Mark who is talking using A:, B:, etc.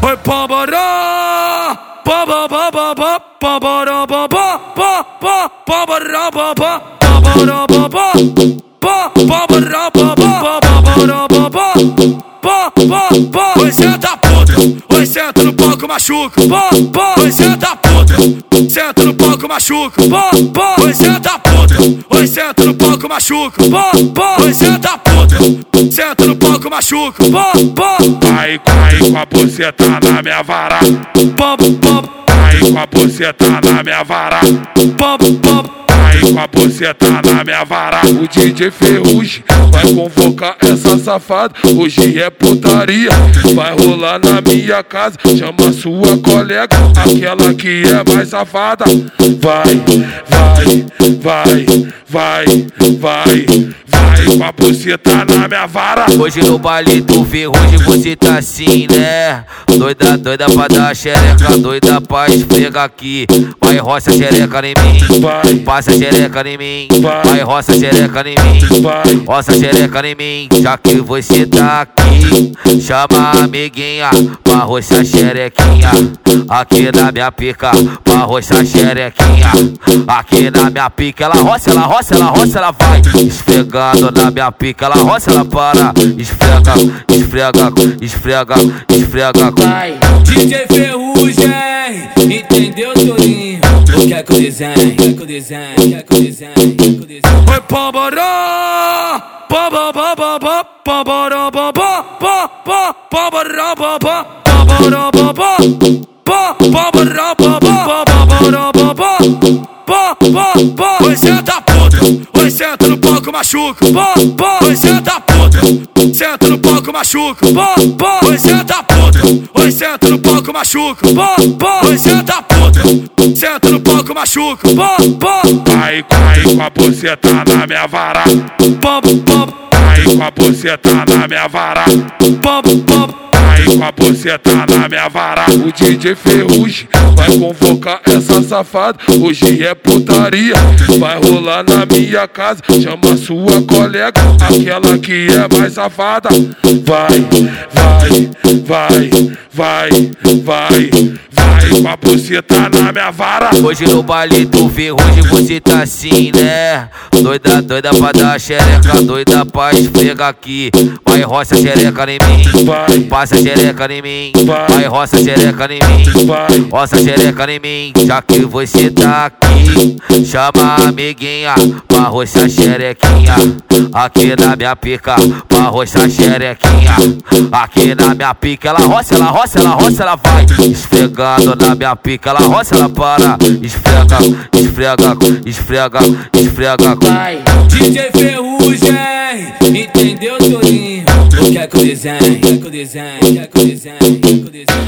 A: Vai pabará! Pabá, babá, babá, pabará, babá, pá, pá, pabará, babá, pabará, babá, pá, pabará, babá, pabará, babá, pá, pá, pá. tá Vai senta puta, vai senta no palco machuca, pá, pá, tá vai senta puta, senta no palco machuca, pá, pá, tá vai senta puta, vai senta no palco machuca, pá, pá, tá vai senta puta, senta no palco machuca, pá, pá.
B: Vai, vai com a buceta na minha vara.
A: Pop, pop,
B: Vai com a buceta na minha vara.
A: pop, pop.
B: Vai com a buceta na minha vara. O DJ Ferrugem vai convocar essa safada. Hoje é putaria. Vai rolar na minha casa. Chama sua colega, aquela que é mais safada. Vai, vai, vai, vai, vai. Vai com a buceta tá na minha vara.
C: Hoje no baile do ferrugem você tá assim, né? Doida, doida pra dar xereca, doida pra esfrega aqui. Vai roça xereca em mim,
B: Vai,
C: passa xereca em mim.
B: Vai.
C: Vai roça xereca em mim,
B: vai.
C: roça xereca em mim. Já que você tá aqui, chama a amiguinha pra roçar xerequinha. Aqui na minha pica, pra roçar xerequinha. Aqui na minha pica, ela roça, ela roça, ela roça, ela vai. Esfregando na minha pica, ela roça, ela para. Esfrega, esfrega, esfrega, esfrega.
D: Vai, DJ Ferrugem, entendeu, Torinho? O que é que eu desenho? O que é que eu desenho? O que é que eu desenho? O que é que eu desenho?
A: Vai pabará! Babá, babá, babá, pabará, babá, pá, pá, pabará, babá, pabará, babá, pá, pabará, babá, pabará, babá, pá, pá, pá. Vai senta é puta, vai senta no palco machuca, pá, pá, vai senta é puta, senta no palco machuca, pá, pá, vai senta é puta, vai senta no palco machuca, pá, pá, vai senta é puta, senta no palco machuca, pá, pá,
B: Vai, vai com a buceta na minha vara.
A: pá, pá.
B: Vai com a buceta na minha vara.
A: Pop, pop,
B: Vai com a buceta na minha vara. O DJ Ferrugem vai convocar essa safada. Hoje é putaria. Vai rolar na minha casa. Chama sua colega, aquela que é mais safada. Vai, vai, vai, vai, vai. Vai com a buceta tá na minha vara.
C: Hoje no baile do ferrugem você tá assim, né? Doida, doida pra dar xereca, doida pra esfrega aqui. Vai roça xereca em mim,
B: Vai.
C: passa xereca em mim.
B: Vai.
C: Vai roça xereca em mim,
B: Vai.
C: roça xereca é em mim. Já que você tá aqui, chama a amiguinha pra roçar xerequinha. Aqui na minha pica, pra roçar xerequinha. Aqui na minha pica, ela roça, ela roça, ela roça, ela vai. Esfregando na minha pica, ela roça, ela para. Esfrega, esfrega, esfrega, esfrega.
D: Vai, DJ Ferrugem, entendeu, Torinho? O que é que eu desenho? O que é que eu desenho? O que é que eu desenho? O que é que eu desenho?